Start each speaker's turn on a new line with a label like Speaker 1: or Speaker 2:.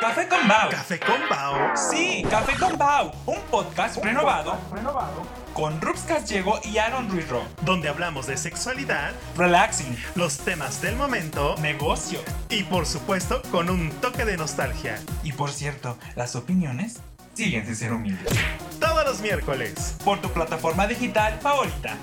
Speaker 1: Café con Bao.
Speaker 2: Café con Bao.
Speaker 1: Sí, Café con Bao, un podcast renovado, con Rups Gallego y Aaron Ruiz Ro.
Speaker 2: Donde hablamos de sexualidad,
Speaker 1: Relaxing,
Speaker 2: los temas del momento
Speaker 1: negocio.
Speaker 2: y por supuesto con un toque de nostalgia.
Speaker 1: Y por cierto, las opiniones siguen sin ser humildes.
Speaker 2: Todos los miércoles.
Speaker 1: Por tu plataforma digital favorita.